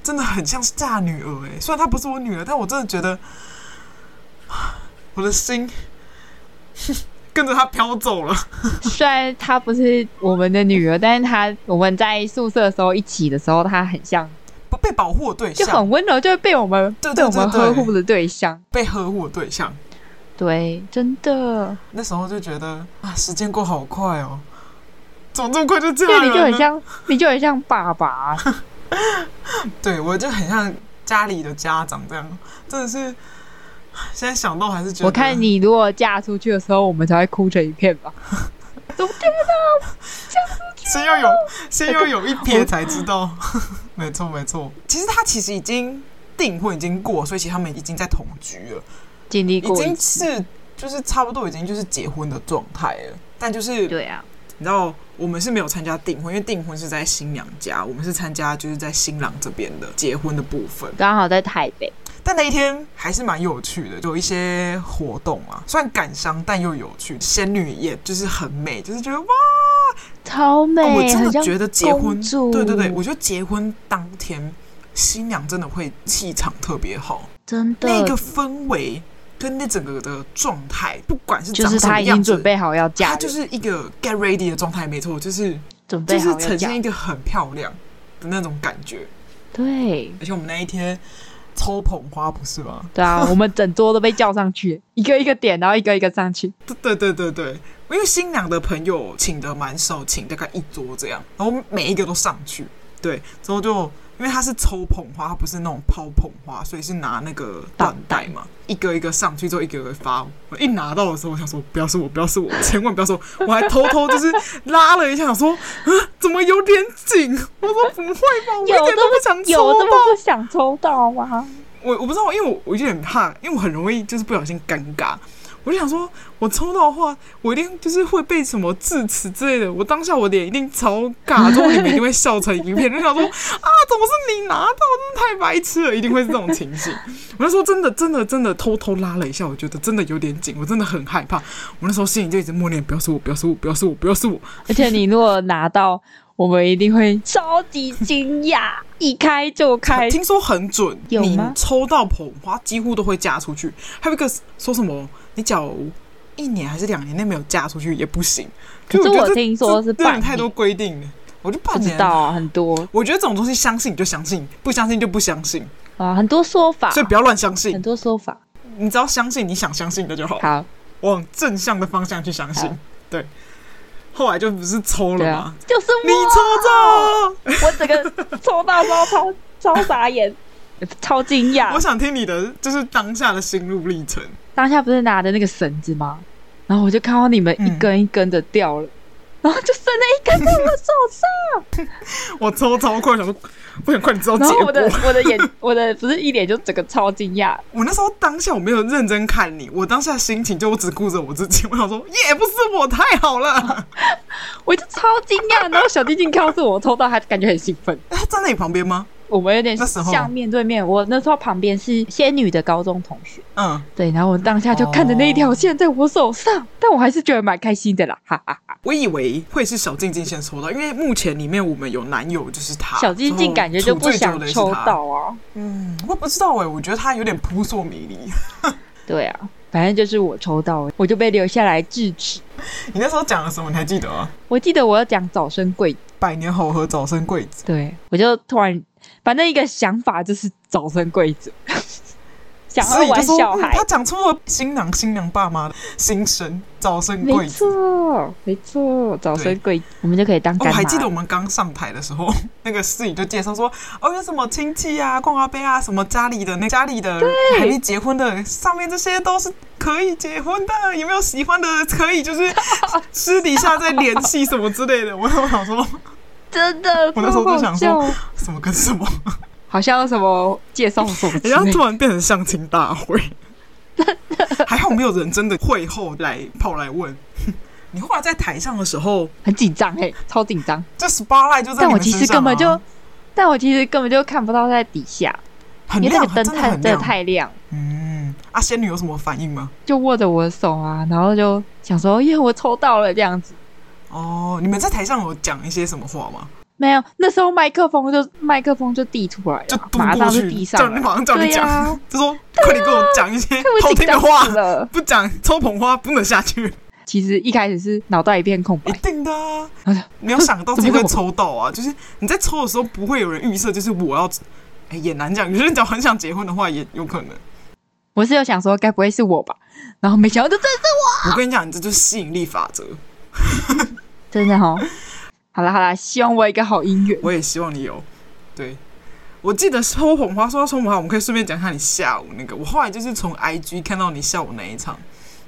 Speaker 1: 真的很像是嫁女儿哎、虽然她不是我女儿，但我真的觉得啊我的心跟着她飘走了。
Speaker 2: 虽然她不是我们的女儿，但是她我们在宿舍的时候一起的时候，她很像，
Speaker 1: 被保护的对
Speaker 2: 就
Speaker 1: 象，
Speaker 2: 很温柔，就会被我们
Speaker 1: 对
Speaker 2: 被
Speaker 1: 对
Speaker 2: 我们
Speaker 1: 对对
Speaker 2: 呵护的对象。
Speaker 1: 被呵护的对象。
Speaker 2: 对，真的，
Speaker 1: 那时候就觉得啊，时间过好快哦，怎么这么快就嫁
Speaker 2: 因为你就
Speaker 1: 人
Speaker 2: 很
Speaker 1: 了？
Speaker 2: 像，你就很像爸爸
Speaker 1: *laughs*
Speaker 2: 啊、
Speaker 1: 对我就很像家里的家长这样，真的是。现在想到还是觉得，
Speaker 2: 我看你如果嫁出去的时候，我们才会哭成一片
Speaker 1: *laughs*
Speaker 2: 吧。怎么天哪！
Speaker 1: 先要有，先要有一撇才知道。 *laughs* 没错，没错。其实他其实已经订婚已经过，所以其实他们已经在同居了，
Speaker 2: 经历
Speaker 1: 已
Speaker 2: 过一
Speaker 1: 经
Speaker 2: 次，
Speaker 1: 是就是差不多已经就是结婚的状态了。但就是
Speaker 2: 对啊，
Speaker 1: 你知道，我们是没有参加订婚，因为订婚是在新娘家，我们是参加就是在新郎这边的结婚的部分。
Speaker 2: 刚好在台北，
Speaker 1: 但那一天还是蛮有趣的，有一些活动啊，虽然感伤但又有趣。仙女也就是很美，就是觉得哇，
Speaker 2: 超美，
Speaker 1: 哦我真
Speaker 2: 很
Speaker 1: 的
Speaker 2: 像
Speaker 1: 觉得结婚
Speaker 2: 公，主
Speaker 1: 对对对，我觉得结婚当天新娘真的会气场特别好，
Speaker 2: 真的
Speaker 1: 那个氛围跟那整个的状态，不管是
Speaker 2: 就
Speaker 1: 长
Speaker 2: 是
Speaker 1: 什
Speaker 2: 她
Speaker 1: 么
Speaker 2: 已经
Speaker 1: 样
Speaker 2: 准
Speaker 1: 子，
Speaker 2: 备好要嫁
Speaker 1: 她
Speaker 2: 了，
Speaker 1: 就是一个 get ready 的状态，没错，就是
Speaker 2: 准备
Speaker 1: 就
Speaker 2: 好
Speaker 1: 是
Speaker 2: 要
Speaker 1: 呈
Speaker 2: 嫁
Speaker 1: 现一。个很漂亮的那种感觉。
Speaker 2: 对，
Speaker 1: 而且我们那一天抽捧花不是吗？*laughs*
Speaker 2: 对啊，我们整桌都被叫上去，一个一个点，然后一个一个上去。
Speaker 1: 对对对对对，因为新娘的朋友请的蛮少，请大概一桌这样，然后每一个都上去，对，之后就因为它是抽捧花，它不是那种抛捧花，所以是拿那个缎带嘛，一个一个上去之后一个一个发。我一拿到的时候，我想说不要是我，不要是我，千万不要是我，我还偷偷就是拉了一下，想说啊怎么有点紧？我说不会吧，我一点
Speaker 2: 有
Speaker 1: 都
Speaker 2: 这么
Speaker 1: 不想抽
Speaker 2: 有这
Speaker 1: 吧。
Speaker 2: 么不想抽到啊吗？
Speaker 1: 我我不知道，因为我我有点怕，因为我很容易就是不小心尴尬。我就想说，我抽到的话，我一定就是会被什么致辞之类的。我当下我脸一定超尬，之后我脸一定会笑成一片，就想说啊，怎么是你拿到？真的太白痴了，一定会是这种情形。我那时候真的真的真的偷偷拉了一下，我觉得真的有点紧，我真的很害怕。我那时候心里就一直默念：不要是我，不要是我，不要是我，不要是我。
Speaker 2: 而且你如果拿到，我们一定会超级惊
Speaker 1: *laughs*
Speaker 2: 讶，一开就开。
Speaker 1: 听说很准，
Speaker 2: 有
Speaker 1: 你
Speaker 2: 吗
Speaker 1: 抽到捧花几乎都会嫁出去。还有一个说什么，你假如一年还是两年内没有嫁出去也不行。
Speaker 2: 可是
Speaker 1: 我觉得
Speaker 2: 我
Speaker 1: 这
Speaker 2: 听说是
Speaker 1: 这真
Speaker 2: 半
Speaker 1: 的太多规定了，我就半
Speaker 2: 不
Speaker 1: 年
Speaker 2: 知道、啊、很多
Speaker 1: 我觉得这种东西相信你就相信，不相信就不相信，
Speaker 2: 啊，很多说法，
Speaker 1: 所以不要乱相信
Speaker 2: 很。多说法。
Speaker 1: 你只要相信你想相信的就好，
Speaker 2: 好，
Speaker 1: 往正向的方向去相
Speaker 2: 好
Speaker 1: 信。对，后来就不是抽了
Speaker 2: 对
Speaker 1: 吗
Speaker 2: 啊？，就是
Speaker 1: 你抽中，
Speaker 2: 我，我整个
Speaker 1: *laughs*
Speaker 2: 抽到包超超傻眼，超惊
Speaker 1: 我
Speaker 2: 讶。
Speaker 1: 想听你的就是当下的心路历程。
Speaker 2: 当下不是拿着那个绳子吗？然后我就看到你们
Speaker 1: 嗯
Speaker 2: 一根一根的掉了，然后就剩那一根在我手上。
Speaker 1: 我抽超快，想说不想快点知道结
Speaker 2: 然后
Speaker 1: 果。
Speaker 2: 我的我的眼我的不是一脸就整个超惊讶，
Speaker 1: 我那时候当下我没有认真看你，我当下心情就我只顾着我自己，我想说也不是我太好了。
Speaker 2: 我就超惊讶。然后小静静看到是我抽到，她感觉很兴奋。
Speaker 1: 他站在你旁边吗？
Speaker 2: 我们有点
Speaker 1: 那时候
Speaker 2: 像面对面，我那时候旁边是仙女的高中同学，
Speaker 1: 嗯，
Speaker 2: 对，然后我当下就看着那一
Speaker 1: 哦
Speaker 2: 条线在我手上，但我还是觉得蛮开心的啦，哈哈哈。
Speaker 1: 我以为会是小静静先抽到，因为目前里面我们有男友啊就是他，
Speaker 2: 小静静感觉就不想
Speaker 1: 然后
Speaker 2: 抽
Speaker 1: 处最久的也是他。
Speaker 2: 到啊，
Speaker 1: 嗯，我不知道哎、我觉得他有点扑朔迷离。
Speaker 2: 对啊，反正就是我抽到，我就被留下来制止。
Speaker 1: 你那时候讲了什么？你还记得吗？
Speaker 2: 我记得我要讲早生贵子，
Speaker 1: 百年好合，早生贵子。
Speaker 2: 对我就突然，反正一个想法就是早生
Speaker 1: *laughs*
Speaker 2: 贵子，想
Speaker 1: 所
Speaker 2: 要
Speaker 1: 以就
Speaker 2: 玩
Speaker 1: 说、
Speaker 2: 小
Speaker 1: 嗯
Speaker 2: 孩
Speaker 1: 他，讲出了新郎新娘爸妈的心声，早生
Speaker 2: 没
Speaker 1: 贵子。
Speaker 2: 错，没错，早生
Speaker 1: 对
Speaker 2: 贵子，我们就可以当
Speaker 1: 哦
Speaker 2: 干
Speaker 1: 我
Speaker 2: 妈
Speaker 1: 还记得我们刚上台的时候， *laughs* 那个司仪就介绍说，哦，有什么亲戚啊、逛阿杯啊，什么家里的那家里的还没结婚的，上面这些都是可以结婚的，有没有喜欢的可以就是
Speaker 2: *laughs*
Speaker 1: 私底下再联系什么之类的。我我想说，
Speaker 2: 真的，
Speaker 1: 我那时候
Speaker 2: 超好
Speaker 1: 就想
Speaker 2: 笑
Speaker 1: 说什么跟什么，
Speaker 2: 好像什么介绍什么之类
Speaker 1: 人家
Speaker 2: 的，
Speaker 1: 突然变成相亲大
Speaker 2: *laughs*
Speaker 1: 会，还好没有人真的会后来跑来问。 *laughs* 你后来在台上的时候，
Speaker 2: 很紧张哎，超紧张。
Speaker 1: 这 spotlight 就在你
Speaker 2: 但我
Speaker 1: 们
Speaker 2: 其
Speaker 1: 身上、啊、
Speaker 2: 实根本就，但我其实根本就看不到在底下，
Speaker 1: 很
Speaker 2: 因为那
Speaker 1: 亮，啊
Speaker 2: 个灯
Speaker 1: 真的
Speaker 2: 太
Speaker 1: 很
Speaker 2: 真的
Speaker 1: 亮。
Speaker 2: 太亮，
Speaker 1: 嗯，啊，仙女有什么反应吗？
Speaker 2: 就握着我的手啊，然后就想说，耶，我抽到了这样子。
Speaker 1: 哦，你们在台上有讲一些什么话吗？
Speaker 2: 没有，那时候麦克风就麦克风就递出来
Speaker 1: 就
Speaker 2: 了，啊
Speaker 1: 嘟
Speaker 2: 马上
Speaker 1: 过
Speaker 2: 就
Speaker 1: 去，
Speaker 2: 递
Speaker 1: 叫
Speaker 2: 上
Speaker 1: 你
Speaker 2: 来，
Speaker 1: 马上叫你
Speaker 2: 对啊
Speaker 1: 讲，
Speaker 2: 呀
Speaker 1: 就说快点给我讲一些
Speaker 2: 看
Speaker 1: *laughs*
Speaker 2: 我
Speaker 1: 好
Speaker 2: 紧
Speaker 1: 听的
Speaker 2: 张
Speaker 1: 话
Speaker 2: 死，了。
Speaker 1: 不讲抽捧花不能下
Speaker 2: *laughs*
Speaker 1: 去，
Speaker 2: 其实一开始是脑袋一片空
Speaker 1: *laughs* 一
Speaker 2: 白，
Speaker 1: 定的、啊
Speaker 2: 好的。
Speaker 1: 没有想到自己
Speaker 2: 怎么
Speaker 1: 会
Speaker 2: 这
Speaker 1: 抽到
Speaker 2: *laughs*
Speaker 1: 啊，就是你在抽的时候不会有人预设，就是我要，哎、也难讲。有些人讲很想结婚的话，也有可能。
Speaker 2: 我是有想说该不会是我吧，然后没想到就真的
Speaker 1: 我跟你讲，你这就是吸引力法则。
Speaker 2: 真
Speaker 1: *laughs*
Speaker 2: 的哦。好啦好啦，希望我有一个好姻缘。
Speaker 1: 我也希望你有。对，我记得抽捧花，说到抽捧花，我们可以顺便讲一下你下午那个。我后来就是从 IG 看到你下午那一场，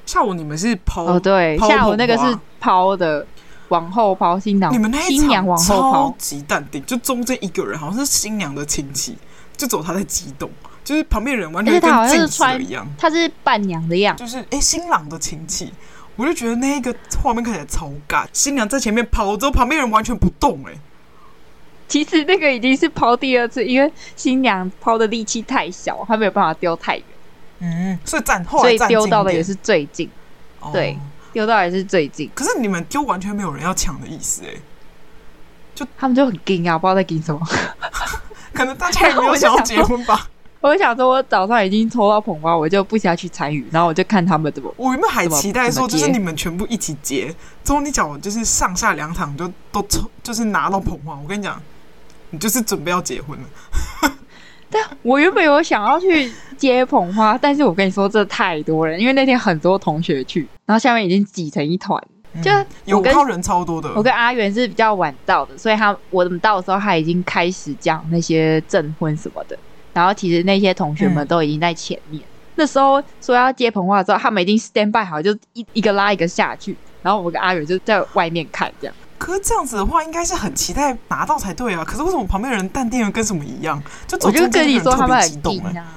Speaker 1: 下午你们是抛，
Speaker 2: 哦，对，
Speaker 1: 抛
Speaker 2: 下午
Speaker 1: 捧
Speaker 2: 那个
Speaker 1: 花
Speaker 2: 是抛的，往后抛新郎，
Speaker 1: 你们那一
Speaker 2: 新娘
Speaker 1: 场
Speaker 2: 往后
Speaker 1: 超
Speaker 2: 抛，
Speaker 1: 级淡定，就中间一个人好像是新娘的亲戚，就走他在激动，就是旁边人完
Speaker 2: 而且
Speaker 1: 全
Speaker 2: 他好
Speaker 1: 跟
Speaker 2: 像是
Speaker 1: 静止了
Speaker 2: 穿
Speaker 1: 一样，
Speaker 2: 她是伴娘的样子，
Speaker 1: 就是哎、诶新郎的亲戚。我就觉得那个画面看起来超尬，新娘在前面抛之后，旁边人完全不动、诶
Speaker 2: 其实那个已经是抛第二次，因为新娘抛的力气太小，她没有办法丢太远，
Speaker 1: 嗯，所以站后
Speaker 2: 所
Speaker 1: 来
Speaker 2: 以
Speaker 1: 站
Speaker 2: 丢
Speaker 1: 近
Speaker 2: 到
Speaker 1: 一
Speaker 2: 的也
Speaker 1: 点
Speaker 2: 是最近，对
Speaker 1: 哦
Speaker 2: 丢到也是最近，
Speaker 1: 可是你们就完全没有人要抢的意思哎、
Speaker 2: 他们就很惊啊，不知道在惊什么。 *laughs*
Speaker 1: 可能大家也没有想要结婚吧。
Speaker 2: 我就想说，我早上已经抽到捧花，我就不想去参与，然后我就看他们怎么。
Speaker 1: 我原本还期待说，
Speaker 2: 怎么怎么接
Speaker 1: 就是你们全部一起结，之后你讲我就是上下两场就都抽，就是拿到捧花。我跟你讲，你就是准备要结婚了。
Speaker 2: *laughs* 我原本有想要去接捧花，但是我跟你说，这太多人，因为那天很多同学去，然后下面已经挤成一团。就
Speaker 1: 嗯有
Speaker 2: 我跟
Speaker 1: 靠人超多的，
Speaker 2: 我跟阿元是比较晚到的，所以他我们到的时候，他已经开始讲那些证婚什么的。然后其实那些同学们
Speaker 1: 嗯
Speaker 2: 都已经在前面。那时候说要接捧花的时候，他们已经 stand by 好，就一一个拉一个下去。然后我跟阿元就在外面看，这样
Speaker 1: 可是这样子的话，应该是很期待拿到才对啊。可是为什么旁边人淡定的跟什么一样？就
Speaker 2: 我
Speaker 1: 走
Speaker 2: 就
Speaker 1: 中间
Speaker 2: 跟
Speaker 1: 的
Speaker 2: 你
Speaker 1: 人
Speaker 2: 说
Speaker 1: 特
Speaker 2: 他们
Speaker 1: 别激
Speaker 2: 很
Speaker 1: 动
Speaker 2: 硬
Speaker 1: 哎、
Speaker 2: 啊。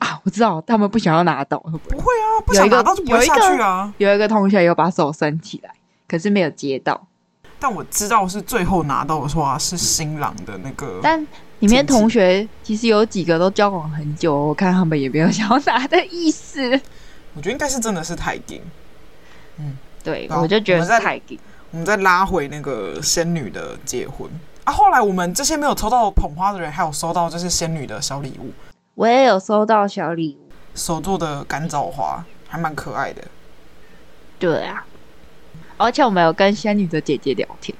Speaker 2: 啊，我知道他们不想要拿到， *laughs* 会不会
Speaker 1: 不会啊，不想拿到就不会下
Speaker 2: 有一
Speaker 1: 去
Speaker 2: 个
Speaker 1: 啊。
Speaker 2: 有一个同学有把手伸起来，可是没有接到。
Speaker 1: 但我知道是最后拿到的话是新郎的那个，
Speaker 2: 但里
Speaker 1: 亲
Speaker 2: 面
Speaker 1: 戚
Speaker 2: 同学其实有几个都交往很久，我看他们也没有想要拿的意思。
Speaker 1: 我觉得应该是真的是太硬。
Speaker 2: 对，
Speaker 1: 好
Speaker 2: 我就
Speaker 1: 我
Speaker 2: 觉
Speaker 1: 们
Speaker 2: 得是
Speaker 1: 再
Speaker 2: 太硬。
Speaker 1: 我们再拉回那个仙女的结婚啊。后来我们这些没有抽到捧花的人，还有收到就是仙女的小礼物，
Speaker 2: 我也有收到小礼物，
Speaker 1: 手做的干燥花，还蛮可爱的。
Speaker 2: 对啊，而且我们有跟仙女的姐姐聊天，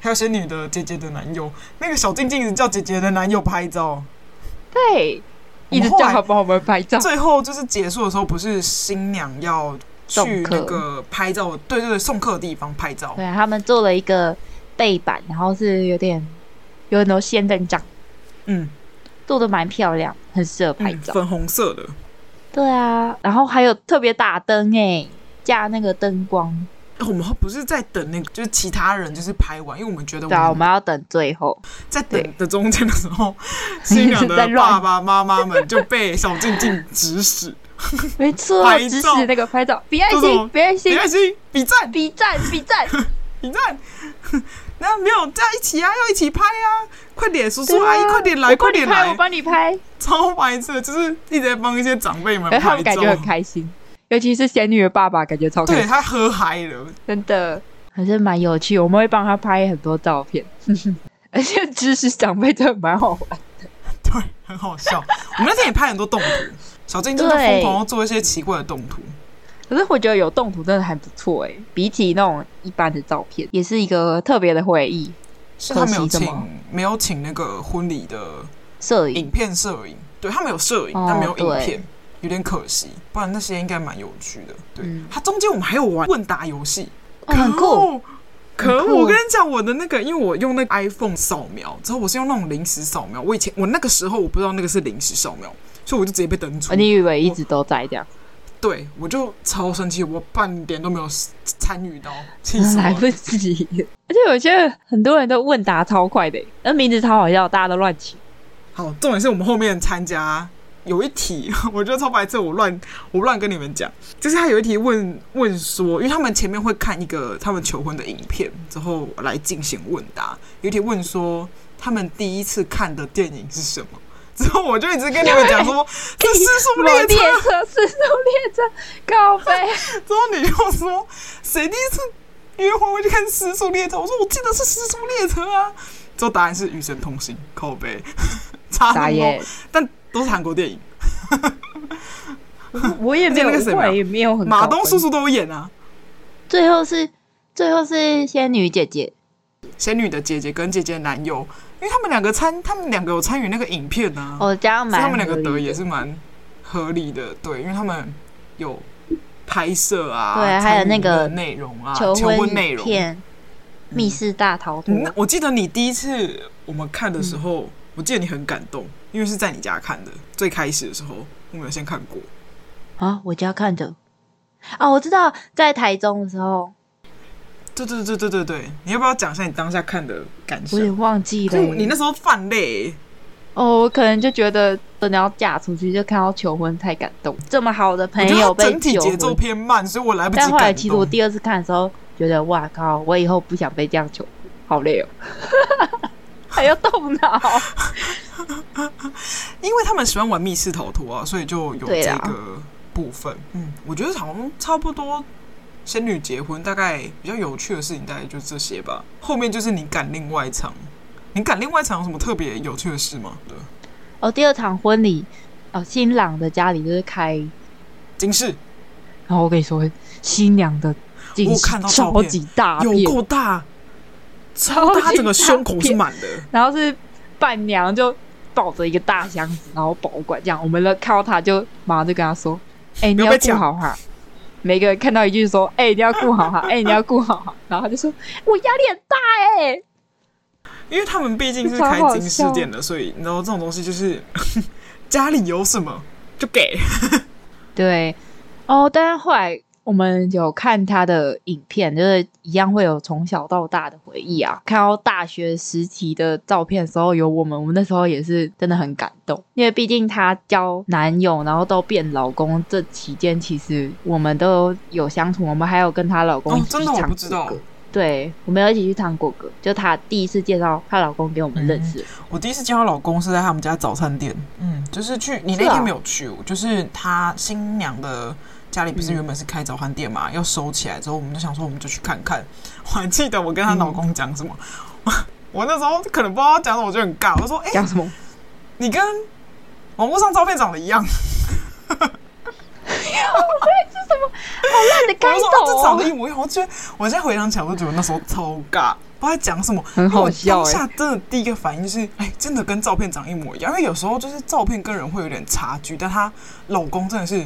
Speaker 1: 还有仙女的姐姐的男友，那个小静静一直叫姐姐的男友拍照，
Speaker 2: 对，
Speaker 1: 我
Speaker 2: 一
Speaker 1: 们
Speaker 2: 直
Speaker 1: 后
Speaker 2: 叫
Speaker 1: 来
Speaker 2: 他帮我们拍照，
Speaker 1: 最后就是结束的时候，不是新娘要去
Speaker 2: 送客
Speaker 1: 那个拍照，对对对，送客的地方拍照
Speaker 2: 对，啊，他们做了一个背板，然后是有点有很多仙人掌，
Speaker 1: 嗯，
Speaker 2: 做的蛮漂亮，很适合
Speaker 1: 嗯
Speaker 2: 拍照。
Speaker 1: 粉红色的。
Speaker 2: 对啊，然后还有特别打灯哎、架那个灯光，
Speaker 1: 哦我们不是在等那个，就是其他人就是拍完，因为我们觉得
Speaker 2: 对啊，
Speaker 1: 我
Speaker 2: 我
Speaker 1: 们
Speaker 2: 们要等
Speaker 1: *laughs*
Speaker 2: 最后，
Speaker 1: 在
Speaker 2: 对
Speaker 1: 等的中间的时
Speaker 2: *laughs*
Speaker 1: 候，新娘
Speaker 2: 在
Speaker 1: 的
Speaker 2: 乱
Speaker 1: 爸爸妈妈们就被小静静指使，
Speaker 2: 没错
Speaker 1: 拍，照
Speaker 2: 指使那个拍照，比爱
Speaker 1: 这种
Speaker 2: 心，比爱
Speaker 1: 别
Speaker 2: 心，
Speaker 1: 开心，比赞
Speaker 2: 比赞，比赞，
Speaker 1: 比赞，那没有在一起啊，要一起拍啊，快点，叔叔
Speaker 2: 对啊
Speaker 1: 阿姨快点 *laughs* 来，
Speaker 2: 我
Speaker 1: 快
Speaker 2: 帮你
Speaker 1: 点
Speaker 2: 拍，我
Speaker 1: 来，
Speaker 2: 帮你拍，
Speaker 1: 超白痴的，就是一直在帮一些长辈们
Speaker 2: 然哎后他
Speaker 1: 拍
Speaker 2: 们感
Speaker 1: 照
Speaker 2: 觉，很开心，尤其是仙女的爸爸，感觉超开
Speaker 1: 对
Speaker 2: 心，
Speaker 1: 他喝嗨了，
Speaker 2: 真的还是蛮有趣，我们会帮他拍很多照片， *laughs* 而且指使长辈真的蛮好玩。
Speaker 1: 对，很好笑。我们那天也拍很多动图，小静静就疯
Speaker 2: 对
Speaker 1: 狂要做一些奇怪的动图，
Speaker 2: 可是我觉得有动图真的还不错哎、比起那种一般的照片，也是一个特别的回忆。
Speaker 1: 是他没有
Speaker 2: 可惜的
Speaker 1: 请
Speaker 2: 吗
Speaker 1: 没有请那个婚礼的
Speaker 2: 摄影
Speaker 1: 影片摄影，对他们有摄影，
Speaker 2: 哦
Speaker 1: 但没有影
Speaker 2: 对
Speaker 1: 片，有点可惜。不然那些应该蛮有趣的。对，
Speaker 2: 嗯
Speaker 1: 它中间我们还有玩问答游戏，
Speaker 2: 哦很
Speaker 1: 可
Speaker 2: 酷，
Speaker 1: 恶。可
Speaker 2: 很
Speaker 1: 恶！
Speaker 2: 酷
Speaker 1: 我跟你讲，我的那个，因为我用那个 iPhone 扫描，之后我是用那种临时扫描。我以前我那个时候我不知道那个是临时扫描，所以我就直接被登出。
Speaker 2: 哦你以为一直都在这样，
Speaker 1: 对我就超生气，我半点都没有参与到，气
Speaker 2: *laughs*
Speaker 1: 死我
Speaker 2: 来
Speaker 1: 了！
Speaker 2: 不及。而且我觉得很多人都问答超快的、欸，那名字超好笑，大家都乱起。
Speaker 1: 好，重点是我们后面参加有一题， *laughs* 我觉得超白痴，我乱我乱跟你们讲，就是他有一题问问说，因为他们前面会看一个他们求婚的影片，之后来进行问答。有一题问说他们第一次看的电影是什么，之后我就一直跟你们讲说是《失速
Speaker 2: 我
Speaker 1: 列车
Speaker 2: 列》，车，四速列车，告飞。
Speaker 1: 之后你就说谁第一次约会会去看《失速列车》，我说我记得是《失速列车》啊，之后答案是《与神同行》，口碑 *laughs* 差
Speaker 2: 傻
Speaker 1: 很多
Speaker 2: 耶，，
Speaker 1: 但都是韩国电影。
Speaker 2: *laughs* 我也没有，
Speaker 1: 而且那个谁
Speaker 2: 我也没有很高
Speaker 1: 马东
Speaker 2: 分
Speaker 1: 叔。叔都有演啊，
Speaker 2: 最后是最后是仙女姐姐，
Speaker 1: 仙女的姐姐跟姐姐的男友，因为他们两个参，他们两个有参与那个影片啊，
Speaker 2: 哦，这样
Speaker 1: 所以
Speaker 2: 蛮
Speaker 1: 他们两个
Speaker 2: 合理
Speaker 1: 得
Speaker 2: 的
Speaker 1: 也是蛮合理的，对，因为他们有拍摄啊，
Speaker 2: 对还有那个
Speaker 1: 参与内容啊，
Speaker 2: 求
Speaker 1: 求
Speaker 2: 婚哦
Speaker 1: 内
Speaker 2: 影
Speaker 1: 容。
Speaker 2: 片，密室大逃脱。
Speaker 1: 那我记得你第一次我们看的时候，我记得你很感动，因为是在你家看的，最开始的时候我们有先看过，
Speaker 2: 啊，我家看的。哦，我知道，在台中的时候，
Speaker 1: 对对对对对对，你要不要讲一下你当下看的感
Speaker 2: 我
Speaker 1: 受
Speaker 2: 有？点忘记了
Speaker 1: 可是
Speaker 2: 耶。
Speaker 1: 你那时候泛泪、
Speaker 2: 哦，我可能就觉得真的要嫁出去，就看到求婚太感动，这么好的朋
Speaker 1: 我觉得
Speaker 2: 友
Speaker 1: 它
Speaker 2: 被
Speaker 1: 整体
Speaker 2: 求
Speaker 1: 节奏
Speaker 2: 婚。
Speaker 1: 偏慢，所以我来不及
Speaker 2: 但
Speaker 1: 感
Speaker 2: 后
Speaker 1: 动。
Speaker 2: 来其实我第二次看的时候，觉得哇靠，我以后不想被这样求，好累哦，还要动脑。
Speaker 1: 因为他们喜欢玩密室逃脱啊，所以就有
Speaker 2: 对
Speaker 1: 这
Speaker 2: 啦
Speaker 1: 个部分。嗯，我觉得好像差不多。仙女结婚大概比较有趣的事情，大概就这些吧。后面就是你赶另外一场，你赶另外一场有什么特别有趣的事吗？对，
Speaker 2: 哦，第二场婚礼，哦，新郎的家里就是开，
Speaker 1: 金饰
Speaker 2: 然后我跟你说，新娘的镜
Speaker 1: 我
Speaker 2: 子
Speaker 1: 看到照
Speaker 2: 超
Speaker 1: 片
Speaker 2: 级大
Speaker 1: 有
Speaker 2: 片，
Speaker 1: 够大，
Speaker 2: 超
Speaker 1: 但他
Speaker 2: 级
Speaker 1: 整个
Speaker 2: 大
Speaker 1: 胸口是
Speaker 2: 片
Speaker 1: 满的，
Speaker 2: 然后是伴娘就抱着一个大箱子，然后保管这样。我们的看到她就马上就跟
Speaker 1: *laughs*
Speaker 2: 她说：“哎、
Speaker 1: 不
Speaker 2: 你
Speaker 1: 要
Speaker 2: 要
Speaker 1: 被
Speaker 2: 顾
Speaker 1: 抢
Speaker 2: 好哈。”每个人看到一句说：“哎、你要顾好哈，哎、你要顾好哈。”然后她就说：“我压力很大哎、
Speaker 1: 因为他们毕竟是
Speaker 2: 超
Speaker 1: 开
Speaker 2: 好
Speaker 1: 金饰
Speaker 2: 笑
Speaker 1: 店的，所以你知道这种东西就是 *laughs* 家里有什么就给。
Speaker 2: 对，哦，但是后来我们有看她的影片，就是一样会有从小到大的回忆啊。看到大学时期的照片的时候，有我们，我们那时候也是真的很感动，因为毕竟她交男友，然后到变老公这期间，其实我们都有相处，我们还有跟她老公
Speaker 1: 哦
Speaker 2: 一起
Speaker 1: 真
Speaker 2: 去
Speaker 1: 的我
Speaker 2: 唱
Speaker 1: 不知
Speaker 2: 国
Speaker 1: 道
Speaker 2: 歌。对，我们有一起去唱国歌，就她第一次介绍她老公给我们认识的时候
Speaker 1: 我第一次见到老公是在他们家早餐店，嗯，就是去你那
Speaker 2: 是啊
Speaker 1: 天没有去，就是他新娘的家里不是
Speaker 2: 嗯
Speaker 1: 原本是开早餐店嘛，要收起来之后，我们就想说我们就去看看。我还记得我跟她老公讲
Speaker 2: *laughs*
Speaker 1: 什么，我那时候可能不知道讲什么，我就很尬，我说：“哎、
Speaker 2: 讲什么？
Speaker 1: 你跟网络上照片长得一样。”
Speaker 2: 该
Speaker 1: 我说、啊、这长
Speaker 2: 懂
Speaker 1: 得一模一样，我觉得我现在回想起来，我都觉得那时候超尬，不知道在讲什么，
Speaker 2: 很好笑
Speaker 1: 因为我当
Speaker 2: 哎、
Speaker 1: 下真的第一个反应是，哎，真的跟照片长一模一样，因为有时候就是照片跟人会有点差距，但她老公真的是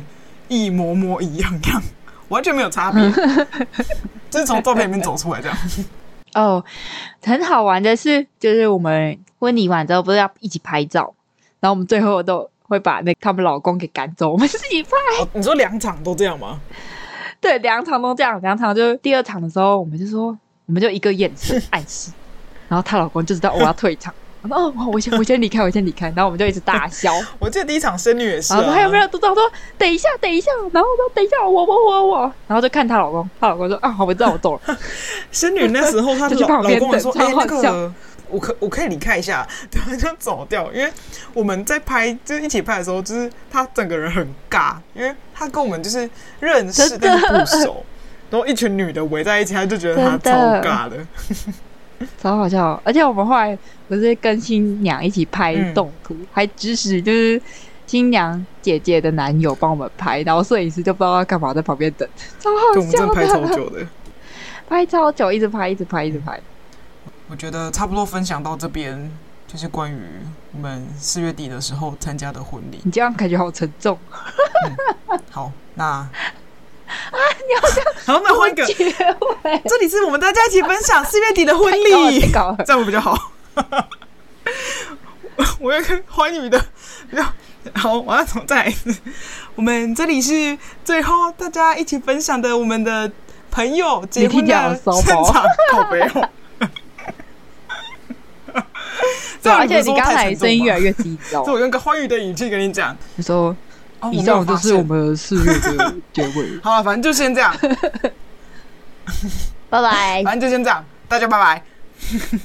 Speaker 1: 一模模一样样，完全没有差别，
Speaker 2: *laughs*
Speaker 1: 就是从照片里面走出来这样。
Speaker 2: 哦，很好玩的是，就是我们婚礼完之后不是要一起拍照，然后我们最后都会把那他们老公给赶走，我们自己拍。
Speaker 1: 哦，你说两场都这样吗？
Speaker 2: 对，两场都这样，两场就是第二场的时候，我们就说，我们就一个眼神暗示，然后她老公就知道我要退场。我说哦，我先我先离开，我先离开，然后我们就一直大笑，
Speaker 1: 我记得第一场仙女也是、
Speaker 2: 然后
Speaker 1: 啊，
Speaker 2: 说还有没有督导说等一下，等一下，然后我说等一下，我我我我，然后就看她老公，她老公说啊，好，我知道我懂了，
Speaker 1: *laughs* 仙女那时候她
Speaker 2: 就去
Speaker 1: 老
Speaker 2: 旁
Speaker 1: 老
Speaker 2: 边
Speaker 1: 公还说：“
Speaker 2: 等
Speaker 1: 哎、
Speaker 2: 超
Speaker 1: 那
Speaker 2: 好
Speaker 1: 个
Speaker 2: 笑
Speaker 1: 我可我可以离开一下。” *laughs* 对，她就走掉。因为我们在拍就是一起拍的时候，就是她整个人很尬，因为她跟我们就是认识
Speaker 2: 真
Speaker 1: 但
Speaker 2: 的
Speaker 1: 是不 *laughs* 熟，然后一群女的围在一起，她就觉得她超
Speaker 2: 真的
Speaker 1: 尬的。
Speaker 2: 超好笑哦。而且我们后来不是跟新娘一起拍
Speaker 1: 嗯
Speaker 2: 动图，还指使就是新娘姐姐的男友帮我们拍，然后摄影师就不知道要干嘛，在旁边等，超
Speaker 1: 对，
Speaker 2: 好
Speaker 1: 我们真
Speaker 2: 笑
Speaker 1: 的
Speaker 2: 的，
Speaker 1: 拍超久的。
Speaker 2: 拍超久，一直拍，一直拍，一直拍。
Speaker 1: *laughs* 我觉得差不多分享到这边，就是关于我们四月底的时候参加的婚礼。
Speaker 2: 你这样感觉好沉
Speaker 1: *laughs*
Speaker 2: 重，
Speaker 1: 好，那 *laughs* 啊，你 *laughs* 好像好，那换一个，
Speaker 2: 结 *laughs* 尾
Speaker 1: 这里是啊我们大家一起分享四月底的婚
Speaker 2: 太高了
Speaker 1: 礼
Speaker 2: 太。高了。
Speaker 1: 这样会比较好。 *laughs* 我要看欢愉的，比较好，我要重再来一次。我们这里是最后大家一起分享的我们的朋友结婚
Speaker 2: 听起来好
Speaker 1: 的
Speaker 2: 骚包
Speaker 1: 现场口碑
Speaker 2: *laughs*
Speaker 1: 哦。这
Speaker 2: 对，
Speaker 1: 样
Speaker 2: 而且
Speaker 1: 不是说
Speaker 2: 你刚
Speaker 1: 太
Speaker 2: 才
Speaker 1: 沉
Speaker 2: 声
Speaker 1: 重
Speaker 2: 音
Speaker 1: 吗
Speaker 2: 越来越低
Speaker 1: *laughs*
Speaker 2: 调
Speaker 1: 这。我用个欢愉的语气跟你讲，
Speaker 2: 你说
Speaker 1: 哦，
Speaker 2: 以
Speaker 1: 没有
Speaker 2: 上
Speaker 1: 发
Speaker 2: 就是我
Speaker 1: 现。，
Speaker 2: 们四月的结尾
Speaker 1: 好了，啊反正就先这样，
Speaker 2: *laughs* 拜拜。
Speaker 1: 反正就先这样，大家拜拜。